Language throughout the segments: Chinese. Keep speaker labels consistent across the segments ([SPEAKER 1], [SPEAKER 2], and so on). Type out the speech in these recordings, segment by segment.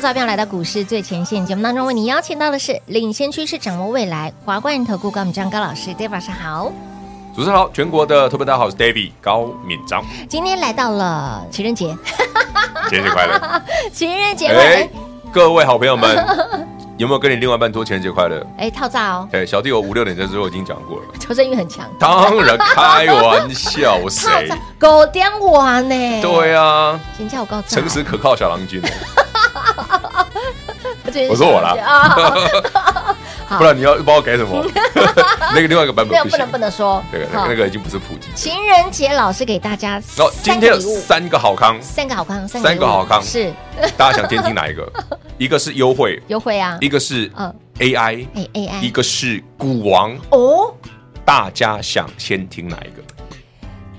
[SPEAKER 1] 照片来到股市最前线节目当中，为你邀请到的是领先趋势、掌握未来华冠投顾高敏章高老师，大家晚上好。
[SPEAKER 2] 主持人好，全国的特别大家好，我是 David 高敏 章。
[SPEAKER 1] 今天来到了情人节，
[SPEAKER 2] 情人节快乐！
[SPEAKER 1] 情人节快乐、
[SPEAKER 2] 哎
[SPEAKER 1] 欸！
[SPEAKER 2] 各位好朋友们， 有没有跟你另外一半说情人节快乐？
[SPEAKER 1] 哎、欸，套炸哦！
[SPEAKER 2] 哎、欸，小弟有五六点的时候已经讲过了，
[SPEAKER 1] 求生欲很强。
[SPEAKER 2] 当然开玩笑， 我谁？
[SPEAKER 1] 狗点我呢？
[SPEAKER 2] 对啊，
[SPEAKER 1] 请叫我高
[SPEAKER 2] 诚实可靠小郎君。
[SPEAKER 1] 我
[SPEAKER 2] 说
[SPEAKER 1] 哦
[SPEAKER 2] 我 啦，不然你要帮我改什么？ 那个另外一个版本
[SPEAKER 1] 不能不能说，
[SPEAKER 2] 那个那个已经不是普及。
[SPEAKER 1] 情人节老师给大家，
[SPEAKER 2] 然后哦今天有三个好康，
[SPEAKER 1] 三个好康，
[SPEAKER 2] 三个好康
[SPEAKER 1] 是
[SPEAKER 2] 大家想先听哪一个？ 一个是优惠，
[SPEAKER 1] 优惠啊，
[SPEAKER 2] 一个是嗯 AI，
[SPEAKER 1] 哎 AI，
[SPEAKER 2] 一个是股王
[SPEAKER 1] 哦。
[SPEAKER 2] 大家想先听哪一个？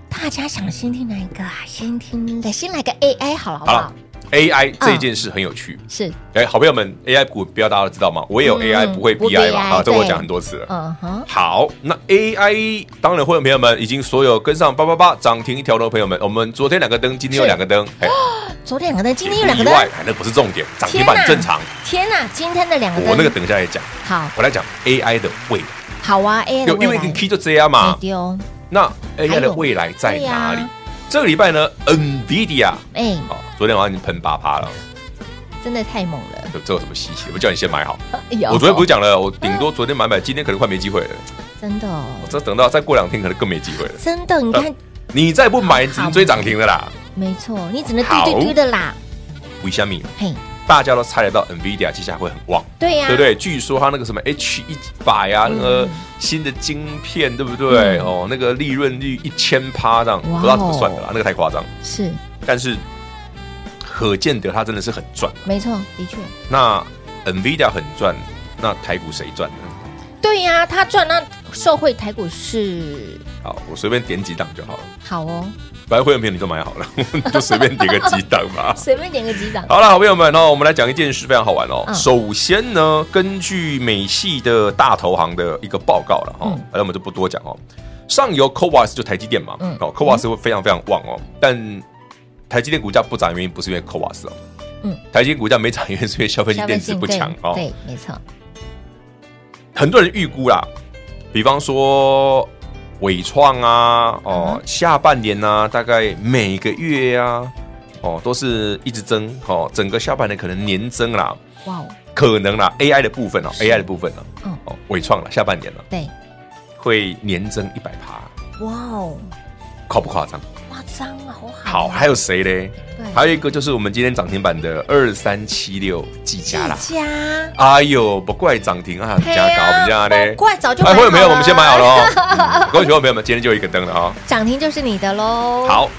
[SPEAKER 1] 大家想先听哪一个啊？先听的，先来个 AI 好了，好不嗯好？
[SPEAKER 2] AI 这件事很有趣，
[SPEAKER 1] 是
[SPEAKER 2] 哎，好朋友们，AI 股标大家都知道吗？我
[SPEAKER 1] 嗯
[SPEAKER 2] 也有 AI 不会 BI 嘛，啊，这我讲很多次了。嗯哼，好，那 AI 当然会有朋友们已经所有跟上八八八涨停一条龙的朋友们，我们昨天两个灯，今天有两个灯，哎，
[SPEAKER 1] 昨天两个灯，今天哦有两个灯，
[SPEAKER 2] 那不是重点，涨停板正常。
[SPEAKER 1] 天哪，今天的两个灯，
[SPEAKER 2] 我那个等一下也讲。
[SPEAKER 1] 好，
[SPEAKER 2] 我来讲 AI 的未来。
[SPEAKER 1] 好啊，AI 的哎
[SPEAKER 2] 因为你 K 就这样嘛，
[SPEAKER 1] 丢。
[SPEAKER 2] 那
[SPEAKER 1] 哎
[SPEAKER 2] AI 的未来在哪里？这个礼拜呢，NVIDIA 哎，好，昨天晚上已经喷八趴了，
[SPEAKER 1] 真的太猛了。哎
[SPEAKER 2] 这有什么稀奇的？我叫你先买好。我昨天不是讲了，我顶多昨天买买，今天可能快没机会了。
[SPEAKER 1] 真的，哦
[SPEAKER 2] 这等到再过两天可能更没机会了。
[SPEAKER 1] 真的，你
[SPEAKER 2] 呃
[SPEAKER 1] 看，
[SPEAKER 2] 你再不买，只能追涨停的啦。
[SPEAKER 1] 没错，你只能对对对的啦。
[SPEAKER 2] 为什么？嘿，大家都猜得到 NVIDIA 接下来会很旺，
[SPEAKER 1] 对呀，
[SPEAKER 2] 对不对？据说它那个什么 H 一百啊，那个新的晶片，对不对？哦，那个利润率一千趴这样，不知道怎么算的啦，那个太夸张。
[SPEAKER 1] 是，
[SPEAKER 2] 但是可见得它真的是很赚。
[SPEAKER 3] 没错，的确。
[SPEAKER 2] 那 Nvidia 很赚，那台股谁赚呢？
[SPEAKER 3] 对呀、它赚那受惠台股是
[SPEAKER 2] 好，我随便点几档就好了，
[SPEAKER 3] 好哦，
[SPEAKER 2] 反正会员朋友你都买好了， 我们就随便点个几档吧。
[SPEAKER 3] 随便点个几档，
[SPEAKER 2] 好了，好朋友们，那我们来讲一件事非常好玩哦。
[SPEAKER 3] 嗯
[SPEAKER 2] 首先呢，根据美系的大投行的一个报告了
[SPEAKER 3] 嗯
[SPEAKER 2] 哦，那、我们就不多讲哦。上游 CoWAS 就台积电嘛，
[SPEAKER 3] 嗯
[SPEAKER 2] 哦，CoWAS 会非常非常旺哦，但台积电股价不涨的原因不是因为 CoWAS 哦，
[SPEAKER 3] 嗯
[SPEAKER 2] 台积电股价没涨的原因是因为消费性
[SPEAKER 3] 消
[SPEAKER 2] 电
[SPEAKER 3] 费
[SPEAKER 2] 子
[SPEAKER 3] 性
[SPEAKER 2] 不
[SPEAKER 3] 对
[SPEAKER 2] 强哦，
[SPEAKER 3] 对，没错，
[SPEAKER 2] 很多人预估啦，比方说伟创啊，
[SPEAKER 3] 嗯
[SPEAKER 2] 哦，下半年呢、啊，大概每个月啊，哦，都是一直增，哦，整个下半年可能年增啦，
[SPEAKER 3] 哇哦，
[SPEAKER 2] 可能啦，AI 的部分哦，AI 的部分呢、
[SPEAKER 3] 嗯
[SPEAKER 2] 哦，伟创了，下半年了哦
[SPEAKER 3] 对，
[SPEAKER 2] 会年增一百趴，
[SPEAKER 3] 哇哦，
[SPEAKER 2] 夸不夸张？
[SPEAKER 3] 夸张啊，好好，
[SPEAKER 2] 好，还有谁嘞？
[SPEAKER 3] 对
[SPEAKER 2] 还有一个就是我们今天涨停板的二三七六技嘉啦，
[SPEAKER 3] 技嘉
[SPEAKER 2] 哎呦，不怪涨停啊，
[SPEAKER 3] 嘿
[SPEAKER 2] 加高
[SPEAKER 3] 呀
[SPEAKER 2] 我们家嘞
[SPEAKER 3] 不。怪早就
[SPEAKER 2] 哎，
[SPEAKER 3] 买
[SPEAKER 2] 会员朋友，
[SPEAKER 3] 好
[SPEAKER 2] 我们先买好 了
[SPEAKER 3] 啦，
[SPEAKER 2] 哦。嗯各位朋友们，今天就一个灯了哈。
[SPEAKER 3] 涨停就是你的喽。，
[SPEAKER 2] 好，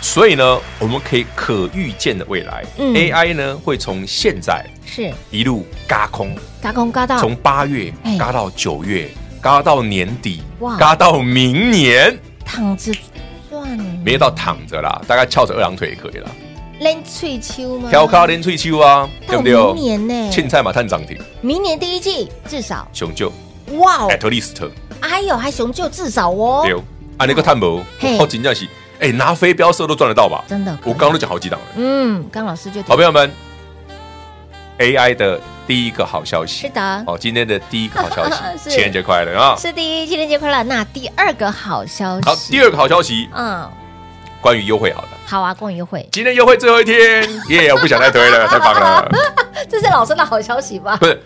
[SPEAKER 2] 所以呢，我们可以可预见的未来、
[SPEAKER 3] 嗯
[SPEAKER 2] a i 呢会从现在
[SPEAKER 3] 是
[SPEAKER 2] 一路嘎空，
[SPEAKER 3] 嘎空嘎到，
[SPEAKER 2] 从八月
[SPEAKER 3] 啊哎
[SPEAKER 2] 嘎到九月，嘎到年底
[SPEAKER 3] 哇，
[SPEAKER 2] 嘎到明年，
[SPEAKER 3] 躺着赚，
[SPEAKER 2] 没到躺着啦，大概翘着二郎腿也可以啦，
[SPEAKER 3] 扔翠秋吗？
[SPEAKER 2] 挑卡连翠秋啊，
[SPEAKER 3] 嗯到
[SPEAKER 2] 对不
[SPEAKER 3] 明
[SPEAKER 2] 对？
[SPEAKER 3] 年呢？
[SPEAKER 2] 欠菜马探涨停，
[SPEAKER 3] 明年第一季至少，
[SPEAKER 2] 熊就
[SPEAKER 3] 哇哦
[SPEAKER 2] at，least
[SPEAKER 3] 哎呦，还雄就至少哦，
[SPEAKER 2] 丢，啊那个探博，
[SPEAKER 3] 嘿
[SPEAKER 2] 好紧张是，哎拿飞镖射都赚得到吧？
[SPEAKER 3] 真的。
[SPEAKER 2] 我刚刚都哦讲好几档了，
[SPEAKER 3] 嗯，刚老师就
[SPEAKER 2] 好朋友们，AI 的第一个好消息
[SPEAKER 3] 是的，
[SPEAKER 2] 哦，今天的第一个好消
[SPEAKER 3] 是
[SPEAKER 2] 息，情人节快乐啊！
[SPEAKER 3] 是第一，情人节快乐。那第二个好消息，
[SPEAKER 2] 好，第二个好消息，
[SPEAKER 3] 嗯，
[SPEAKER 2] 关于优惠好了，
[SPEAKER 3] 好啊，共优 惠，
[SPEAKER 2] 今天优惠最后一天， 耶！我不想再推了，太棒了。
[SPEAKER 3] 这是老师的好消息吧？
[SPEAKER 2] 不是，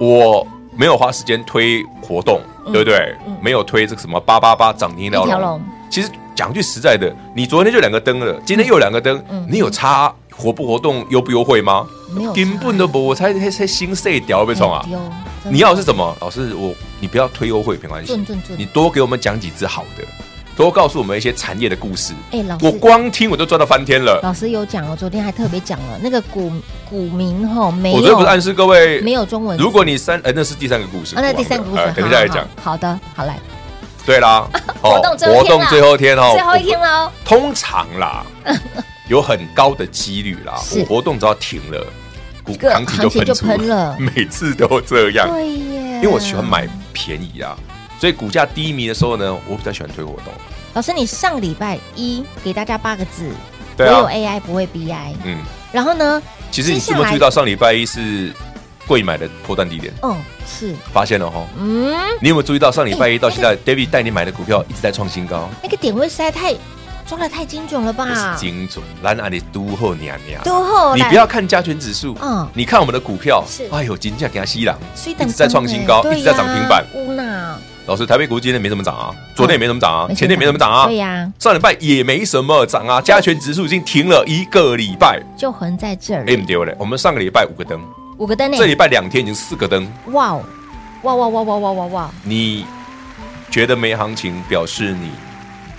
[SPEAKER 2] 我没有花时间推活动，对不对？没有推这个什么八八八涨停一
[SPEAKER 3] 嗯
[SPEAKER 2] 条
[SPEAKER 3] 一条龙
[SPEAKER 2] 龙。其实讲句实在的，你昨天就两个灯了，今天又有两个灯，你有差活不活动、优不优惠吗
[SPEAKER 3] 嗯没有？差
[SPEAKER 2] 根本都不，我才才才心碎掉被冲啊！
[SPEAKER 3] 丢，真的
[SPEAKER 2] 你要的是什么？老师，我你不要推优惠没关系
[SPEAKER 3] 准准准，
[SPEAKER 2] 你多给我们讲几只好的，多告诉我们一些产业的故事。
[SPEAKER 3] 哎，老师
[SPEAKER 2] 我光听我都赚到翻天了。
[SPEAKER 3] 老师有讲哦，昨天还特别讲了那个股股民哈，没
[SPEAKER 2] 我昨天不是暗
[SPEAKER 3] 有
[SPEAKER 2] 示各位，
[SPEAKER 3] 没有中文字，
[SPEAKER 2] 如果你三，呃，那是第三个故事，
[SPEAKER 3] 啊，那第三个故事
[SPEAKER 2] 呃，等一下
[SPEAKER 3] 好
[SPEAKER 2] 来
[SPEAKER 3] 好
[SPEAKER 2] 讲。
[SPEAKER 3] 好的，好来，
[SPEAKER 2] 对 啦，哦
[SPEAKER 3] 活动最后
[SPEAKER 2] 活
[SPEAKER 3] 一天啦
[SPEAKER 2] 动最后一天哦，
[SPEAKER 3] 最后一天喽，
[SPEAKER 2] 我通常 啦，有很高的几率啦，
[SPEAKER 3] 是
[SPEAKER 2] 我活动只要停了，股
[SPEAKER 3] 个
[SPEAKER 2] 行情就
[SPEAKER 3] 行情
[SPEAKER 2] 喷
[SPEAKER 3] 就
[SPEAKER 2] 出
[SPEAKER 3] 喷了
[SPEAKER 2] 每次都这样，
[SPEAKER 3] 对啊耶，
[SPEAKER 2] 因为我喜欢买便宜啊，所以股价低迷的时候呢，我比较喜欢推活动。
[SPEAKER 3] 老师，你上礼拜一给大家八个字，
[SPEAKER 2] 对
[SPEAKER 3] 我有
[SPEAKER 2] 啊，
[SPEAKER 3] AI 不会 BI。
[SPEAKER 2] 嗯，
[SPEAKER 3] 然后呢，
[SPEAKER 2] 其实你是
[SPEAKER 3] 接下
[SPEAKER 2] 不
[SPEAKER 3] 来
[SPEAKER 2] 是注意到上礼拜一是贵买的破断低点？
[SPEAKER 3] 嗯，是，
[SPEAKER 2] 发现了哈，
[SPEAKER 3] 嗯，
[SPEAKER 2] 你有没有注意到上礼拜一
[SPEAKER 3] 哎啊
[SPEAKER 2] 到现在，David 带你买的股票一直在创新高？
[SPEAKER 3] 那个点位实在太抓的太精准了
[SPEAKER 2] 不是
[SPEAKER 3] 吧？
[SPEAKER 2] 精准，咱阿里都后娘娘。
[SPEAKER 3] 多后
[SPEAKER 2] 啊你
[SPEAKER 3] 来
[SPEAKER 2] 不要看加权指数，
[SPEAKER 3] 啊嗯
[SPEAKER 2] 你看我们的股票
[SPEAKER 3] 是，
[SPEAKER 2] 哎呦，金价给它吸了，
[SPEAKER 3] 所以
[SPEAKER 2] 一直在创新高，一直在涨停板。
[SPEAKER 3] 乌娜，
[SPEAKER 2] 老师，台北股今天没怎么涨啊，昨天也没怎么涨啊，
[SPEAKER 3] 嗯没什么
[SPEAKER 2] 前天也没怎么涨啊
[SPEAKER 3] 对，呀，
[SPEAKER 2] 上礼拜也没什么涨啊，加权指数已经停了一个礼拜，
[SPEAKER 3] 就横在这
[SPEAKER 2] 哎，
[SPEAKER 3] 里，
[SPEAKER 2] 不对了，我们上个礼拜五个灯，
[SPEAKER 3] 五个灯呢
[SPEAKER 2] 这，礼拜两天已经四个灯，
[SPEAKER 3] 哇哦，哇哇哇哇哇哇哇，
[SPEAKER 2] 你觉得没行情，表示你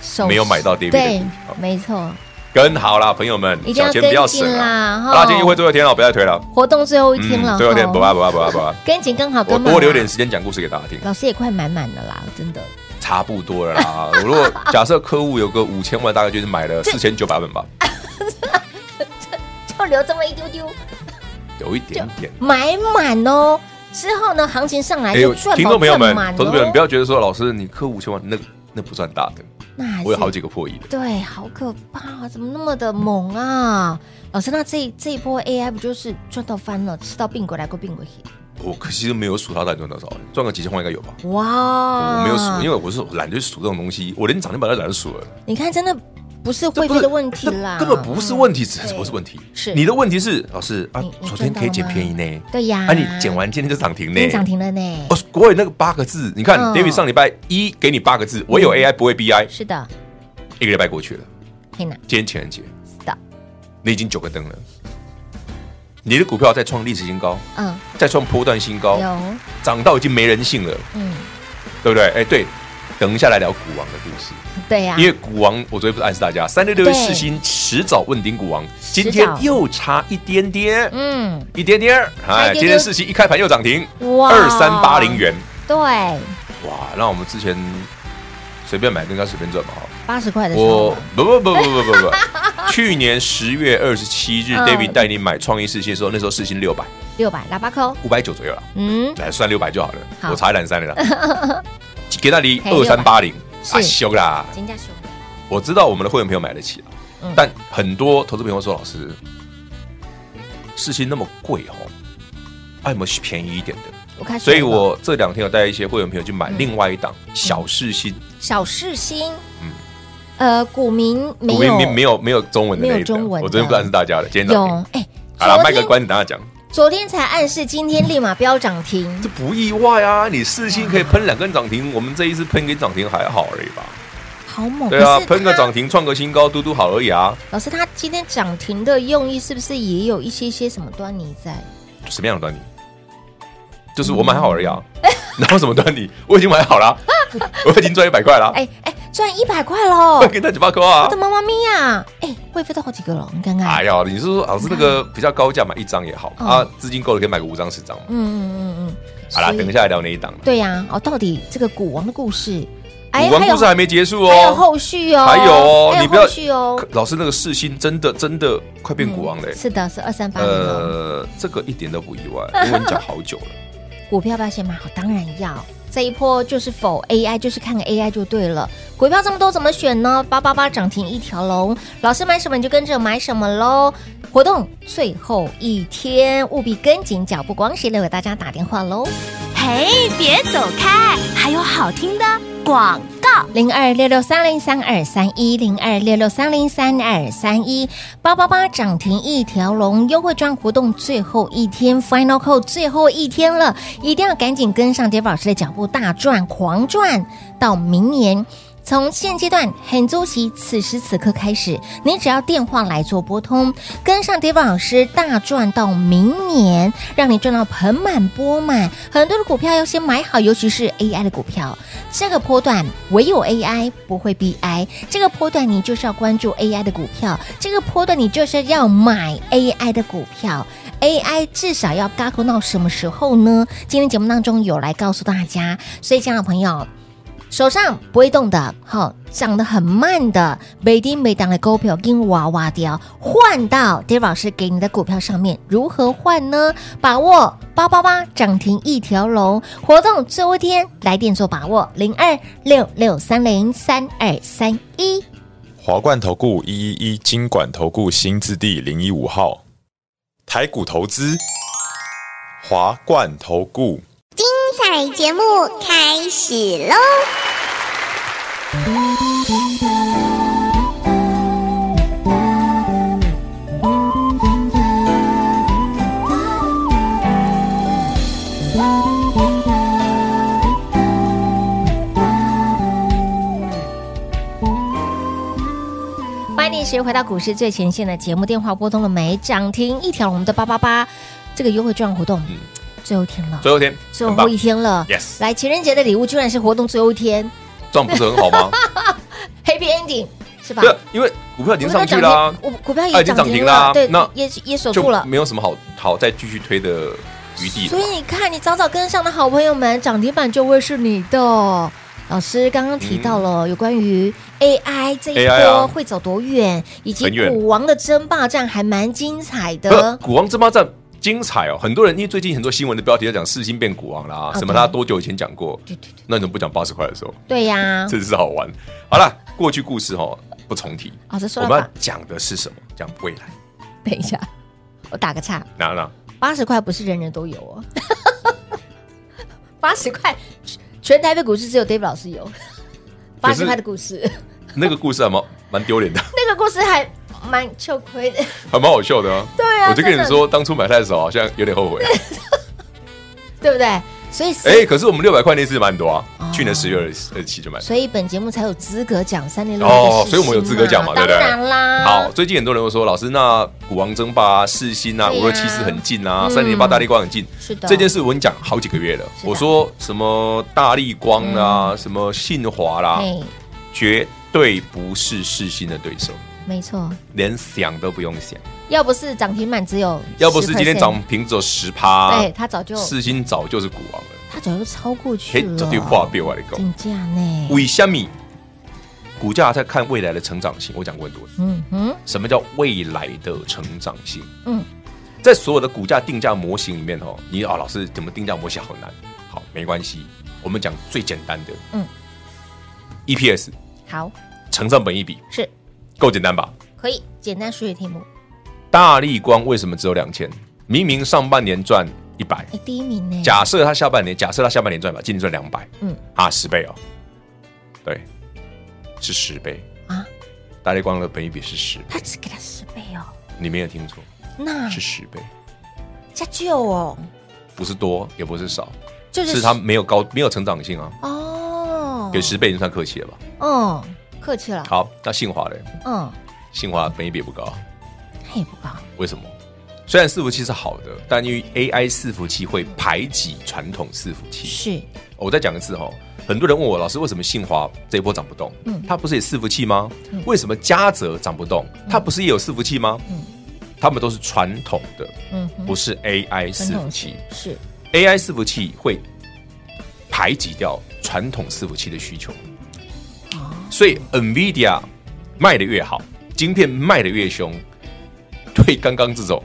[SPEAKER 3] 手
[SPEAKER 2] 没有买到 David 的
[SPEAKER 3] 对
[SPEAKER 2] 股票，
[SPEAKER 3] 没错，
[SPEAKER 2] 跟好啦，朋友们
[SPEAKER 3] 一，定要
[SPEAKER 2] 小钱不要
[SPEAKER 3] 跟进
[SPEAKER 2] 省
[SPEAKER 3] 啦
[SPEAKER 2] 啊，
[SPEAKER 3] 哈
[SPEAKER 2] 好啦，今天优惠最后一天了，不要再推了，嗯
[SPEAKER 3] 活动最后一天了，
[SPEAKER 2] 最后一天，
[SPEAKER 3] 哦
[SPEAKER 2] 不吧不吧不吧不吧，
[SPEAKER 3] 跟紧跟好
[SPEAKER 2] 我
[SPEAKER 3] 跟满
[SPEAKER 2] 多留
[SPEAKER 3] 啦
[SPEAKER 2] 点时间讲故事给大家听。
[SPEAKER 3] 老师也快满满了啦，真的。
[SPEAKER 2] 差不多 了啦。我如果假设客户有个五千万，大概就是买了四千九百本吧，
[SPEAKER 3] 就留这么一丢丢，啊
[SPEAKER 2] 有一点点。
[SPEAKER 3] 买满哦。之后呢，行情上来就哎赚
[SPEAKER 2] 哎听
[SPEAKER 3] 饱
[SPEAKER 2] 众朋友
[SPEAKER 3] 赚
[SPEAKER 2] 们
[SPEAKER 3] 满、哦。
[SPEAKER 2] 投资朋友们，不要觉得说老师你客五千万，那那不算大的，
[SPEAKER 3] 那嗯还是
[SPEAKER 2] 我有好几个破亿的。
[SPEAKER 3] 对，好可怕、啊，怎么那么的猛啊？老师，那这这一波 AI 不就是赚到翻了，吃到病鬼来过病鬼去？
[SPEAKER 2] 我哦可惜没有数它到底赚多少，赚个几千万应该有吧。
[SPEAKER 3] 哇！
[SPEAKER 2] 我没有数，因
[SPEAKER 3] 为
[SPEAKER 2] 为我是懒得去数这种东西，我连涨停板都懒得数了。
[SPEAKER 3] 你看，真的不是
[SPEAKER 2] 这
[SPEAKER 3] 会
[SPEAKER 2] 不
[SPEAKER 3] 费
[SPEAKER 2] 是
[SPEAKER 3] 的问题啦，嗯
[SPEAKER 2] 这根本不是问题，这不是问题。
[SPEAKER 3] 是
[SPEAKER 2] 你的问题是老师啊
[SPEAKER 3] 你你，
[SPEAKER 2] 昨天可以捡便宜呢，
[SPEAKER 3] 嗯。对呀，
[SPEAKER 2] 啊，你捡完今天就涨停
[SPEAKER 3] 已经涨
[SPEAKER 2] 呢。
[SPEAKER 3] 停了呢。
[SPEAKER 2] 哦，国伟那个八个字，你看
[SPEAKER 3] 啊嗯
[SPEAKER 2] David 上礼拜一给你八个字，我有 AI 不会 BI，
[SPEAKER 3] 是的，
[SPEAKER 2] 一个礼拜过去了。
[SPEAKER 3] 天哪，
[SPEAKER 2] 今天情人节，
[SPEAKER 3] 是的，
[SPEAKER 2] 你已经九个灯了，你的股票在创历史新高，
[SPEAKER 3] 嗯，
[SPEAKER 2] 再创波段新高，
[SPEAKER 3] 有，
[SPEAKER 2] 涨到已经没人性了，
[SPEAKER 3] 嗯，
[SPEAKER 2] 对不对？哎，对，等一下来聊股王的故事。
[SPEAKER 3] 对呀、啊，
[SPEAKER 2] 因为股王我昨天不是暗示大家，三六六一四星迟早问鼎股王，今天又差一点点，
[SPEAKER 3] 嗯，
[SPEAKER 2] 一点点，哎，今天四星一开盘又涨停，
[SPEAKER 3] 哇，
[SPEAKER 2] 二三八零元，
[SPEAKER 3] 对，
[SPEAKER 2] 哇，那我们之前随便买更加随便赚嘛，
[SPEAKER 3] 八十块的时候
[SPEAKER 2] 我
[SPEAKER 3] 嘛，
[SPEAKER 2] 不不不不不不不， 不去年十月二十七日
[SPEAKER 3] 嗯
[SPEAKER 2] ，David 带你买创意四星的时候，那时候四星六百
[SPEAKER 3] 六百喇叭扣，
[SPEAKER 2] 五百九左右了，
[SPEAKER 3] 嗯，
[SPEAKER 2] 来算六百就好了，
[SPEAKER 3] 好
[SPEAKER 2] 我查一懒三了啦， 给那里
[SPEAKER 3] 赔
[SPEAKER 2] 二三八零，
[SPEAKER 3] 是
[SPEAKER 2] 啊，修啦，
[SPEAKER 3] 金价熊，
[SPEAKER 2] 我知道我们的会员朋友买得起啊，
[SPEAKER 3] 嗯
[SPEAKER 2] 但很多投资朋友说，老师，事情那么贵哦，啊，有没有便宜一点的？
[SPEAKER 3] 我开始
[SPEAKER 2] 所
[SPEAKER 3] 了，
[SPEAKER 2] 以我这两天有带一些会员朋友去
[SPEAKER 3] 嗯
[SPEAKER 2] 买另外一档小世新，
[SPEAKER 3] 小世新，
[SPEAKER 2] 嗯
[SPEAKER 3] 呃，股民没
[SPEAKER 2] 我明
[SPEAKER 3] 有
[SPEAKER 2] 明没有没有中文的那
[SPEAKER 3] 没有
[SPEAKER 2] 一档，
[SPEAKER 3] 中文的
[SPEAKER 2] 我昨天不暗示大家的，今天
[SPEAKER 3] 有
[SPEAKER 2] 涨停。
[SPEAKER 3] 哎，
[SPEAKER 2] 好了，
[SPEAKER 3] 昨
[SPEAKER 2] 卖个
[SPEAKER 3] 天
[SPEAKER 2] 关子，等下讲。
[SPEAKER 3] 昨天才暗示，今天立马飙涨停
[SPEAKER 2] 这，不意外啊，你世新可以喷两根涨停，我们这一次喷给涨停还好而已吧？
[SPEAKER 3] 好猛！
[SPEAKER 2] 对啊
[SPEAKER 3] 可，是
[SPEAKER 2] 喷个
[SPEAKER 3] 它
[SPEAKER 2] 涨停，创个新高，嘟嘟好而已啊。
[SPEAKER 3] 老师，他今天涨停的用意是不是也有一些些什么端倪在？
[SPEAKER 2] 什么样的端倪？就是我买好而已啊， 然后什么端倪？我已经买好了啊， 我已经赚一百块了啊，
[SPEAKER 3] 哎哎，赚一百块 喽
[SPEAKER 2] 我！给他九八块
[SPEAKER 3] 我
[SPEAKER 2] 啊
[SPEAKER 3] 的。妈妈咪呀！哎，会费都好几个了，你看看。
[SPEAKER 2] 哎呀，你是说老师那个比较高价买一张也好
[SPEAKER 3] 嗯
[SPEAKER 2] 啊，资金够了可以买个五张十张嘛。
[SPEAKER 3] 嗯嗯嗯嗯。
[SPEAKER 2] 好啦，
[SPEAKER 3] 所以
[SPEAKER 2] 等一。下来聊那一档了。
[SPEAKER 3] 对呀，哦，到底这个股王的故事，
[SPEAKER 2] 股王故事还没结束
[SPEAKER 3] 哎还有
[SPEAKER 2] 哦，
[SPEAKER 3] 后续哦，
[SPEAKER 2] 还有哦，你不要
[SPEAKER 3] 后续哦
[SPEAKER 2] 可。老师那个世新真的真的快变股王嘞
[SPEAKER 3] 嗯。是的，是二三八零哦。
[SPEAKER 2] 呃，这个一点都不意外，因为你讲好久了。
[SPEAKER 3] 股票要不要先买好？当然要。这一波就是否 AI，就是看个 AI 就对了。股票这么多，怎么选呢？八八八涨停一条龙，老师买什么你就跟着买什么喽。活动最后一天，务必跟紧脚步，光时留给大家打电话喽。
[SPEAKER 4] 嘿，别走开，还有好听的广告。
[SPEAKER 3] 零二六六三零三二三一零二六六三零三二三一八八八涨停一条龙优惠券活动最后一天，Final Call 最后一天了，一定要赶紧跟上杰宝老师的脚步，大赚狂赚到明年。从现阶段很周期，此时此刻开始，你只要电话来做拨通，跟上 d a v i 老师大赚到明年，让你赚到盆满钵满。很多的股票要先买好，尤其是 AI 的股票，这个波段唯有 AI 不会 BI，这个波段你就是要关注 AI 的股票，这个波段你就是要买 AI 的股票。AI 至少要嘎咕到什么时候呢？今天节目当中有来告诉大家，所以，亲爱的朋友。手上不会动的，好、涨得很慢的，每丁每档的股票跟娃娃掉，换到 d a v 老师给你的股票上面，如何换呢？把握八八八涨停一条龙活动最后一天，来电做把握零二六六三零三二三一。
[SPEAKER 5] 华冠投顾一一一金管投顾新字第零一五号，台股投资，华冠投顾。
[SPEAKER 6] 彩节目开始喽！
[SPEAKER 3] 欢迎你时回到股市最前线的节目，电话拨通了没？涨停一条龙的八八八，这个优惠券活动、
[SPEAKER 2] 嗯
[SPEAKER 3] 最后一天了，
[SPEAKER 2] 最后一天，
[SPEAKER 3] 最
[SPEAKER 2] 很
[SPEAKER 3] 后
[SPEAKER 2] 棒
[SPEAKER 3] 一天了。
[SPEAKER 2] ，yes，
[SPEAKER 3] 来，情人节的礼物居然是活动最后一天
[SPEAKER 2] 这样不是很 好吗？
[SPEAKER 3] ，Happy Ending 是吧？
[SPEAKER 2] 对，因为股票已经上去啦，
[SPEAKER 3] 我股票
[SPEAKER 2] 啊
[SPEAKER 3] 也
[SPEAKER 2] 已经
[SPEAKER 3] 涨
[SPEAKER 2] 涨
[SPEAKER 3] 停
[SPEAKER 2] 停
[SPEAKER 3] 了，
[SPEAKER 2] 啦
[SPEAKER 3] 对，
[SPEAKER 2] 那
[SPEAKER 3] 也也锁
[SPEAKER 2] 就
[SPEAKER 3] 住了。
[SPEAKER 2] 没有什么好好再继续推的余地
[SPEAKER 3] 所
[SPEAKER 2] 了
[SPEAKER 3] 以。你看，你早早跟上的好朋友们，涨停板就会是你的。老师刚刚提到了有关于 AI 这一
[SPEAKER 2] AI
[SPEAKER 3] 波
[SPEAKER 2] 嗯啊
[SPEAKER 3] 会走多远，以及
[SPEAKER 2] 很远
[SPEAKER 3] 股王的争霸战还蛮精彩
[SPEAKER 2] 呃
[SPEAKER 3] 的，。
[SPEAKER 2] 股王争霸战精彩哦！很多人因为最近很多新闻的标题在讲世新变股王啦，
[SPEAKER 3] 啊
[SPEAKER 2] 什么
[SPEAKER 3] 对
[SPEAKER 2] 他多久以前讲过？
[SPEAKER 3] 对对嗯对，
[SPEAKER 2] 那你怎么不讲八十块的时候？
[SPEAKER 3] 对呀。
[SPEAKER 2] 真是好玩。好了，过去故事哈不重提，
[SPEAKER 3] 老师
[SPEAKER 2] 我
[SPEAKER 3] 说
[SPEAKER 2] 们
[SPEAKER 3] 了
[SPEAKER 2] 要
[SPEAKER 3] 吧？
[SPEAKER 2] 讲的是什么？讲未来。
[SPEAKER 3] 等一下，我打个岔，
[SPEAKER 2] 哪哪？
[SPEAKER 3] 八十块不是人人都有哦， 八十块全台北股市只有 Dave 老师有八
[SPEAKER 2] 可
[SPEAKER 3] 十
[SPEAKER 2] 是
[SPEAKER 3] 块的股市。
[SPEAKER 2] 那个故事还蛮蛮丢脸的，
[SPEAKER 3] 那个故事还蛮吃亏的，
[SPEAKER 2] 还蛮好笑的啊。
[SPEAKER 3] 对啊
[SPEAKER 2] 我就跟
[SPEAKER 3] 真
[SPEAKER 2] 你
[SPEAKER 3] 的
[SPEAKER 2] 说，当初买它的时候好像有点后悔啊。
[SPEAKER 3] 对不对？所以
[SPEAKER 2] 哎，
[SPEAKER 3] 谁
[SPEAKER 2] 可是我们六百块那次蛮多啊
[SPEAKER 3] 哦，
[SPEAKER 2] 去年十月二十二十七就买。
[SPEAKER 3] 所以本节目才有资格讲三零六
[SPEAKER 2] 哦，所以我们有资格讲嘛，对不对？
[SPEAKER 3] 当然啦，
[SPEAKER 2] 好，最近很多人会说，老师，那股王争霸啊、世新啊、
[SPEAKER 3] 对
[SPEAKER 2] 五
[SPEAKER 3] 呀
[SPEAKER 2] 二七四很近啊，
[SPEAKER 3] 嗯
[SPEAKER 2] 三零八大力光很近。
[SPEAKER 3] 是的，
[SPEAKER 2] 这件事我跟你讲好几个月了，
[SPEAKER 3] 是的嗯
[SPEAKER 2] 我说什么大力光啦，什么信华啦，
[SPEAKER 3] 嘿
[SPEAKER 2] 绝对不是世新的对手，
[SPEAKER 3] 没错，
[SPEAKER 2] 连想都不用想。
[SPEAKER 3] 要不是涨停板只有，
[SPEAKER 2] 要不是今天涨，停只有十趴，
[SPEAKER 3] 对他早就
[SPEAKER 2] 世新早就是股王了，
[SPEAKER 3] 他早就超过去
[SPEAKER 2] 嘿，
[SPEAKER 3] 了，
[SPEAKER 2] 这对话被我来讲。
[SPEAKER 3] 竞价呢？
[SPEAKER 2] 为什么股价在看未来的成长性？我讲过很多次，
[SPEAKER 3] 嗯哼，
[SPEAKER 2] 什么叫未来的成长性？
[SPEAKER 3] 嗯，
[SPEAKER 2] 在所有的股价定价模型里面哦，你啊、老师怎么定价模型好难？好，没关系，我们讲最简单的，
[SPEAKER 3] 嗯
[SPEAKER 2] ，EPS
[SPEAKER 3] 好，
[SPEAKER 2] 乘上本一比，
[SPEAKER 3] 是
[SPEAKER 2] 够简单吧？
[SPEAKER 3] 可以简单数学题目，
[SPEAKER 2] 大力光为什么只有两千？明明上半年赚一百，
[SPEAKER 3] 哎，第一名呢？
[SPEAKER 2] 假设它下半年，假设它下半年赚吧，今年赚两百，
[SPEAKER 3] 嗯
[SPEAKER 2] 啊，十倍哦，对，是十倍
[SPEAKER 3] 啊，
[SPEAKER 2] 大力光的本一比是十，
[SPEAKER 3] 他啊只给他十倍哦，
[SPEAKER 2] 你没有听错，
[SPEAKER 3] 那
[SPEAKER 2] 是十倍，
[SPEAKER 3] 加旧哦，
[SPEAKER 2] 不是多也不是少，
[SPEAKER 3] 就是
[SPEAKER 2] 是它没有高没有成长性啊，
[SPEAKER 3] 哦，
[SPEAKER 2] 给十倍已经算客气了吧？
[SPEAKER 3] 嗯，客气了，
[SPEAKER 2] 好，那信华嘞？
[SPEAKER 3] 嗯，
[SPEAKER 2] 信华本益比也不高，啊
[SPEAKER 3] 他也不高，
[SPEAKER 2] 为什么？虽然伺服器是好的，但因为 AI 伺服器会排挤传统伺服器。
[SPEAKER 3] 是
[SPEAKER 2] 我再讲一次哈、哦，很多人问我老师，为什么信华这一波涨不动？嗯，它不是也伺服器吗？为什么嘉泽涨不动？它不是也有伺服器吗？嗯，他们都是传统的，
[SPEAKER 3] 嗯
[SPEAKER 2] 不是 AI 伺服器。
[SPEAKER 3] 是
[SPEAKER 2] AI 伺服器会排挤掉传统伺服器的需求，所以 NVIDIA 卖的越好，晶片卖的越凶，对刚刚这种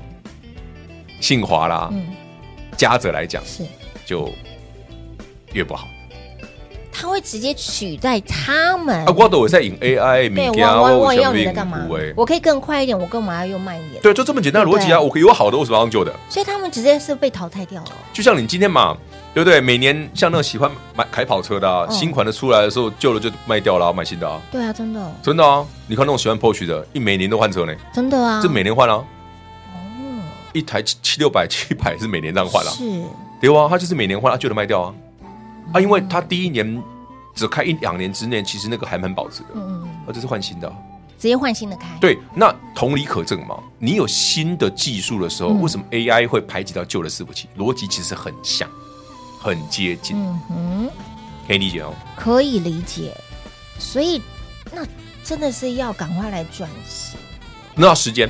[SPEAKER 2] 信华啦、
[SPEAKER 3] 嗯
[SPEAKER 2] 嘉泽来讲
[SPEAKER 3] 是，
[SPEAKER 2] 就越不好。
[SPEAKER 3] 他会直接取代他们
[SPEAKER 2] 啊，。我都有在引 AI
[SPEAKER 3] 哎对，
[SPEAKER 2] 名
[SPEAKER 3] 我
[SPEAKER 2] 家，
[SPEAKER 3] 我
[SPEAKER 2] 我
[SPEAKER 3] 我
[SPEAKER 2] 有
[SPEAKER 3] 要
[SPEAKER 2] 想
[SPEAKER 3] 你
[SPEAKER 2] 要
[SPEAKER 3] 的干嘛
[SPEAKER 2] 引股欸？
[SPEAKER 3] 我可以更快一点，我干嘛要用慢一点？
[SPEAKER 2] 对，就这么简单的逻辑
[SPEAKER 3] 对
[SPEAKER 2] 啊！
[SPEAKER 3] 不对
[SPEAKER 2] 我可以有好的，为什么要用旧的？
[SPEAKER 3] 所以他们直接是被淘汰掉了。
[SPEAKER 2] 就像你今天嘛，对不对？每年像那种喜欢买开跑车的啊，
[SPEAKER 3] 嗯
[SPEAKER 2] 新款的出来的时候，旧的就卖掉了啊，买新的啊，
[SPEAKER 3] 对啊，真的，
[SPEAKER 2] 真的啊！你看那种喜欢 Porsche 的，一每年都换车呢，
[SPEAKER 3] 真的啊，
[SPEAKER 2] 这每年换啊，一台七七六百、七百是每年这样换啊，
[SPEAKER 3] 哦是
[SPEAKER 2] 对啊，它就是每年换，它旧的卖掉啊，啊，
[SPEAKER 3] 哦
[SPEAKER 2] 因为它第一年只开一两年之内，其实那个还蛮保值的，
[SPEAKER 3] 嗯嗯，
[SPEAKER 2] 它就是换新的啊。
[SPEAKER 3] 直接换新的开。，
[SPEAKER 2] 对，那同理可证嘛，你有新的技术的时
[SPEAKER 3] 嗯
[SPEAKER 2] 候，为什么 AI 会排挤到旧的伺服器？逻辑其实很像，很接近，
[SPEAKER 3] 嗯哼，
[SPEAKER 2] 可以理解哦。
[SPEAKER 3] 可以理解。所以那真的是要赶快来转型，
[SPEAKER 2] 那要时间，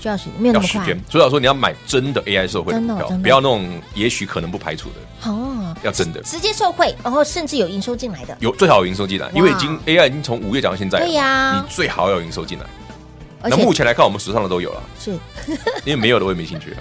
[SPEAKER 3] 需要时间，没有那
[SPEAKER 2] 要
[SPEAKER 3] 么
[SPEAKER 2] 时
[SPEAKER 3] 快
[SPEAKER 2] 间。。所以说，你要买真的 AI 社会的
[SPEAKER 3] 真的
[SPEAKER 2] 股票
[SPEAKER 3] 真，的
[SPEAKER 2] 不要那种也许可能不排除的，
[SPEAKER 3] 好啊，
[SPEAKER 2] 要真的
[SPEAKER 3] 直接受惠，然后甚至有营收进来的。
[SPEAKER 2] 有最好有营收进来，因为已经
[SPEAKER 3] 哇
[SPEAKER 2] AI 已经从五月讲到现在了嘛，
[SPEAKER 3] 对呀
[SPEAKER 2] 你最好要有营收进来。
[SPEAKER 3] 而
[SPEAKER 2] 那
[SPEAKER 3] 且
[SPEAKER 2] 目前来看，我们手上的都有了，
[SPEAKER 3] 是，
[SPEAKER 2] 因为没有的我也没兴趣 了。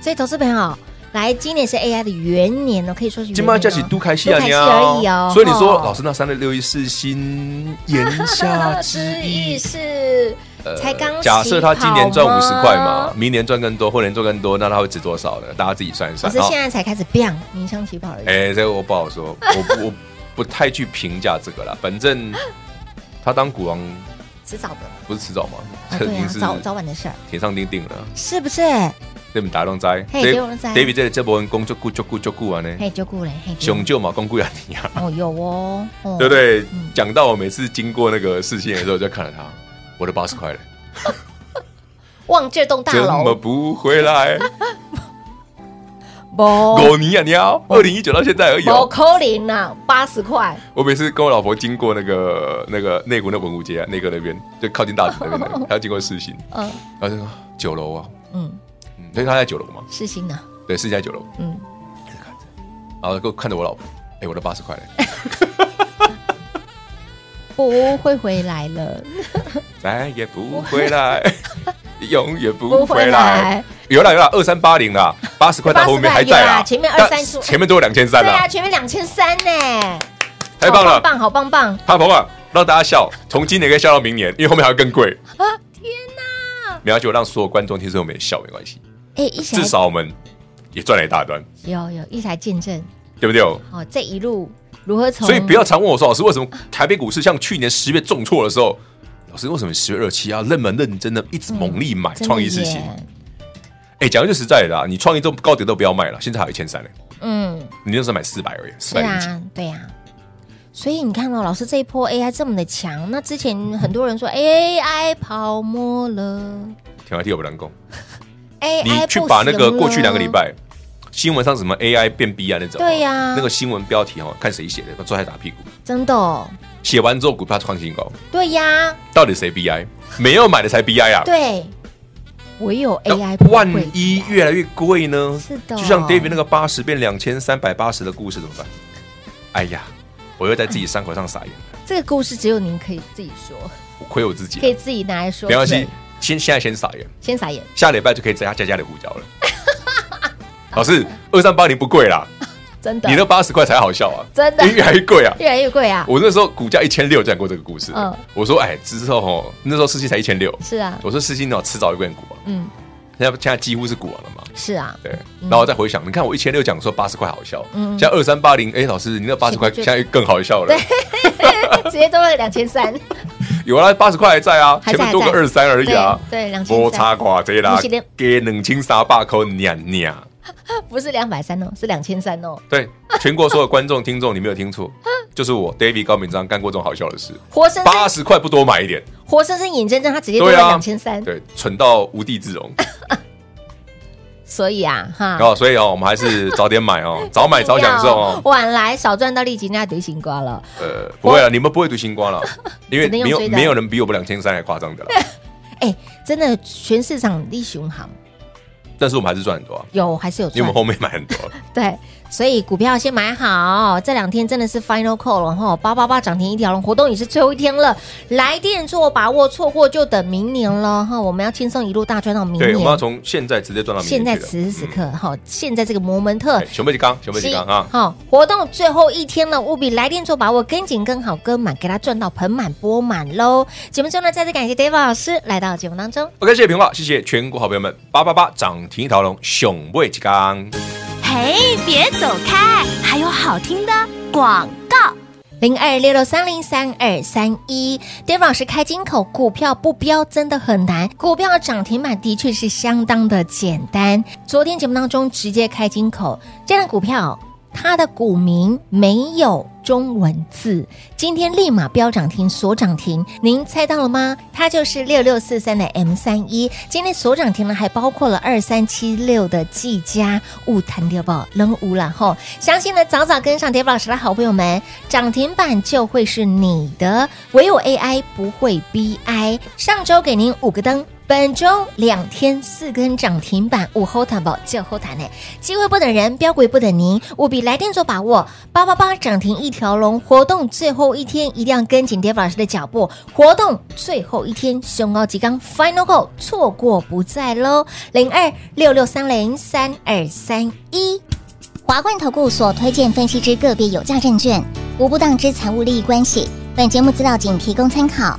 [SPEAKER 3] 所以投资朋友。来，今年是 AI 的元年哦，可以说是元
[SPEAKER 2] 今
[SPEAKER 3] 年哦
[SPEAKER 2] 麦加起都开戏啊，
[SPEAKER 3] 都开
[SPEAKER 2] 你
[SPEAKER 3] 戏
[SPEAKER 2] 啊
[SPEAKER 3] 而已哦。
[SPEAKER 2] 所以你说，
[SPEAKER 3] 吼
[SPEAKER 2] 老师那三六六一四星言下之
[SPEAKER 3] 之意
[SPEAKER 2] 意
[SPEAKER 3] 是
[SPEAKER 2] 呃
[SPEAKER 3] 才刚
[SPEAKER 2] 假设他今年赚
[SPEAKER 3] 起跑吗
[SPEAKER 2] 五十块嘛，，明年赚更多，后年赚更多，那他会值多少呢？大家自己算一
[SPEAKER 3] 可
[SPEAKER 2] 算
[SPEAKER 3] 是
[SPEAKER 2] 啊。
[SPEAKER 3] 现在才开始 biang 鸣枪起跑而已。
[SPEAKER 2] 哎，这个我不好说，我不我 不太去评价这个啦。反正他当股王
[SPEAKER 3] 迟早的，
[SPEAKER 2] 不是迟早吗？
[SPEAKER 3] 啊
[SPEAKER 2] 这
[SPEAKER 3] 对
[SPEAKER 2] 已
[SPEAKER 3] 啊
[SPEAKER 2] 经，是嗯
[SPEAKER 3] 早早晚的事儿，
[SPEAKER 2] 铁上钉啊钉了。
[SPEAKER 3] 是不是？
[SPEAKER 2] 这边打龙灾，
[SPEAKER 3] 嘿
[SPEAKER 2] 这
[SPEAKER 3] 打龙灾
[SPEAKER 2] David 这这波人工作顾就顾就顾完呢，
[SPEAKER 3] 嘿，就顾嘞，嘿，就顾
[SPEAKER 2] 熊就嘛公顾呀你呀，
[SPEAKER 3] 哦，有哦，哦
[SPEAKER 2] 对不？对
[SPEAKER 3] 嗯？
[SPEAKER 2] 讲到我每次经过那个视线的时候，就看着他，我的八十块了，
[SPEAKER 3] 望这栋大
[SPEAKER 2] 怎么
[SPEAKER 3] 楼，
[SPEAKER 2] 不回来？
[SPEAKER 3] 不
[SPEAKER 2] 狗你呀你啊！
[SPEAKER 3] 哦
[SPEAKER 2] 二零一九到现在而已
[SPEAKER 3] 不
[SPEAKER 2] 哦。
[SPEAKER 3] 扣零呐，八十块，
[SPEAKER 2] 我每次跟我老婆经过那个那个内湖那文物街、啊、内个那边，就靠近大直那边的，她要经过世新，
[SPEAKER 3] 哦嗯
[SPEAKER 2] 然后就说九楼啊，
[SPEAKER 3] 嗯，
[SPEAKER 2] 嗯，所以她在九楼嘛，
[SPEAKER 3] 是新的，
[SPEAKER 2] 对，世新在九楼，
[SPEAKER 3] 嗯，
[SPEAKER 2] 然后给我看着我老婆，哎、我的八十块嘞，
[SPEAKER 3] 不会回来了，
[SPEAKER 2] 来也不回 来，永远不回
[SPEAKER 3] 不回
[SPEAKER 2] 来
[SPEAKER 3] 来。
[SPEAKER 2] 有啦有啦，二三八零啦，八十块到后面还在
[SPEAKER 3] 有
[SPEAKER 2] 啦，
[SPEAKER 3] 啦前面
[SPEAKER 2] 但
[SPEAKER 3] 23出哎
[SPEAKER 2] 前面都有两千三
[SPEAKER 3] 对
[SPEAKER 2] 啦
[SPEAKER 3] 啊，，前面两千三呢，
[SPEAKER 2] 太棒
[SPEAKER 3] 好
[SPEAKER 2] 了，
[SPEAKER 3] 棒，好棒棒，
[SPEAKER 2] 怕不怕？让大家笑，从今年可以笑到明年，因为后面还会更贵。
[SPEAKER 3] 啊
[SPEAKER 2] 天哪！没关系，我让所有观众听众们也笑没关系，
[SPEAKER 3] 哎，一起来
[SPEAKER 2] 至少我们也赚了一大段，
[SPEAKER 3] 有有一起来见证，
[SPEAKER 2] 对不对？
[SPEAKER 3] 哦，这一路如何从，
[SPEAKER 2] 所以不要常问我说，老师为什么台北股市像去年十月重挫的时啊候，老师为什么十月二七要那么认真的一直猛力买
[SPEAKER 3] 真的
[SPEAKER 2] 创意事情？
[SPEAKER 3] 耶
[SPEAKER 2] 哎，讲句实在的啊，你创意都高点都不要卖了，现在还有一千三呢，
[SPEAKER 3] 嗯，
[SPEAKER 2] 你那时候买四百而已，四
[SPEAKER 3] 是
[SPEAKER 2] 百零几。
[SPEAKER 3] 啊，对呀、所以你看到、哦、老师这一波 AI 这么的强，那之前很多人说 AI 泡沫了
[SPEAKER 2] 天外替我们人工，
[SPEAKER 3] ，AI
[SPEAKER 2] 你
[SPEAKER 3] 哎
[SPEAKER 2] 去
[SPEAKER 3] 不
[SPEAKER 2] 把那个
[SPEAKER 3] 行啊
[SPEAKER 2] 过去两个礼
[SPEAKER 3] 了
[SPEAKER 2] 拜新闻上什么 AI 变 B 啊那种，
[SPEAKER 3] 对呀
[SPEAKER 2] 那个新闻标题哦，看谁写的，坐在打屁股，
[SPEAKER 3] 真的、哦，
[SPEAKER 2] 写完之后股票创新高，
[SPEAKER 3] 对呀，
[SPEAKER 2] 到底谁 BI？没有买的才 BI 啊。
[SPEAKER 3] 对，唯有
[SPEAKER 2] 那
[SPEAKER 3] 哎 AI 不会
[SPEAKER 2] 万一
[SPEAKER 3] 比啊
[SPEAKER 2] 越来越贵呢？
[SPEAKER 3] 是的
[SPEAKER 2] 就像 David 那个八十变两千三百八十的故事怎么办？哎呀，我又在自己伤口上撒盐了，
[SPEAKER 3] 这个故事只有您可以自己说，
[SPEAKER 2] 我亏我自己
[SPEAKER 3] 可以
[SPEAKER 2] 了。
[SPEAKER 3] 自己拿来说，
[SPEAKER 2] 没关系
[SPEAKER 3] 对，
[SPEAKER 2] 先现在先撒盐，
[SPEAKER 3] 先撒盐，
[SPEAKER 2] 下礼拜就可以在家加家里胡椒了。 老师，二三八零不贵啦，
[SPEAKER 3] 真的，
[SPEAKER 2] 你那八十块才好笑啊，
[SPEAKER 3] 真的
[SPEAKER 2] 因为越来越贵啊。
[SPEAKER 3] 越来越贵啊，
[SPEAKER 2] 我那时候股价一千六讲过这个故事，
[SPEAKER 3] 嗯
[SPEAKER 2] 我说哎，之后哦，那时候四星才一千六，
[SPEAKER 3] 是啊，
[SPEAKER 2] 我说四星哦，迟早会变股王，
[SPEAKER 3] 嗯，
[SPEAKER 2] 现在现在几乎是股王了嘛，
[SPEAKER 3] 是 啊，
[SPEAKER 2] 对，然后我再回想，你看我一千六讲说八十块好笑，
[SPEAKER 3] 嗯
[SPEAKER 2] 现在二三八零，哎，老师，你那八十块
[SPEAKER 3] 是
[SPEAKER 2] 现在更好笑了，
[SPEAKER 3] 直接都了两千三，
[SPEAKER 2] 有啊，八十块还在啊，
[SPEAKER 3] 还
[SPEAKER 2] 前
[SPEAKER 3] 在
[SPEAKER 2] 面多个二三而已啊，
[SPEAKER 3] 对，两千
[SPEAKER 2] 摩擦
[SPEAKER 3] 三，
[SPEAKER 2] 瓜这啦
[SPEAKER 3] 不是的，
[SPEAKER 2] 给冷清沙坝口娘娘，
[SPEAKER 3] 不是两百三哦，是两千三哦，
[SPEAKER 2] 对，全国所有观众听众，你没有 听错，就是我 David 高明章干过这种好笑的事，
[SPEAKER 3] 活生生
[SPEAKER 2] 八十块不多买一点，
[SPEAKER 3] 活生生眼睁睁，他直接多
[SPEAKER 2] 对
[SPEAKER 3] 了
[SPEAKER 2] 啊
[SPEAKER 3] 两千三，
[SPEAKER 2] 对，蠢到无地自容。
[SPEAKER 3] 所以 啊，哈。
[SPEAKER 2] 哦，所以哦，我们还是早点 买哦，早买早享受哦。
[SPEAKER 3] 晚来少赚到利息，那得新瓜啊了。
[SPEAKER 2] 呃，不会了，你们不会读星 光了，因为
[SPEAKER 3] 只能用
[SPEAKER 2] 没有
[SPEAKER 3] 追的啊
[SPEAKER 2] 没有人比我们两千三还夸张的了。
[SPEAKER 3] 哎、真的，全市场立雄行
[SPEAKER 2] 但是我们还是赚很多啊，
[SPEAKER 3] 有还是有
[SPEAKER 2] 因为我
[SPEAKER 3] 赚
[SPEAKER 2] 们，后面买很多。
[SPEAKER 3] 对，所以股票先买好。这两天真的是 final call 了哈，八八八涨停一条龙活动也是最后一天了，来电做把握，错过就等明年了哈。我们要轻松一路大赚到明
[SPEAKER 2] 对，我们要
[SPEAKER 3] 年，
[SPEAKER 2] 从现在直接赚到明
[SPEAKER 3] 现
[SPEAKER 2] 年
[SPEAKER 3] 在
[SPEAKER 2] 去了。
[SPEAKER 3] 此
[SPEAKER 2] 嗯
[SPEAKER 3] 时此刻哈、现在这个摩门特
[SPEAKER 2] 哎，熊背鸡刚，熊背鸡刚啊，
[SPEAKER 3] 好，活动最后一天了，务必来电做把握，跟紧跟好跟满，给它赚到盆满钵满喽！节目中呢，再次感谢 David 老师来到节目当中。
[SPEAKER 2] OK，谢谢平话，谢谢全国好朋友们，八八八涨停一条龙，熊背鸡刚。
[SPEAKER 4] 嘿，别走开，还有好听的广告。
[SPEAKER 3] 零二六六三零三二三一，David 老师开金口，股票不标真的很难，股票涨停板的确是相当的简单。昨天节目当中直接开金口，这档股票它的股名没有中文字，今天立马飙涨停锁涨停，您猜到了吗？它就是六六四三的 M 三一，今天锁涨停呢，还包括了二三七六的技嘉，勿谈掉爆扔无了吼。相信呢，早早跟上 David 老师的好朋友们，涨停板就会是你的，唯有 AI 不会 BI。上周给您五个灯。本周两天四根涨停板，午后谈宝就后谈呢，机会不等人，标轨不等您，务必来电做把握。八八八涨停一条龙活动最后一天，一定要跟紧 David 老师的脚步。活动最后一天，熊高级刚 Final Go，错过不再喽。零二六六三零三二三一。
[SPEAKER 6] 华冠投顾所推荐分析之个别有价证券，无不当之财务利益关系。本节目资料仅提供参考，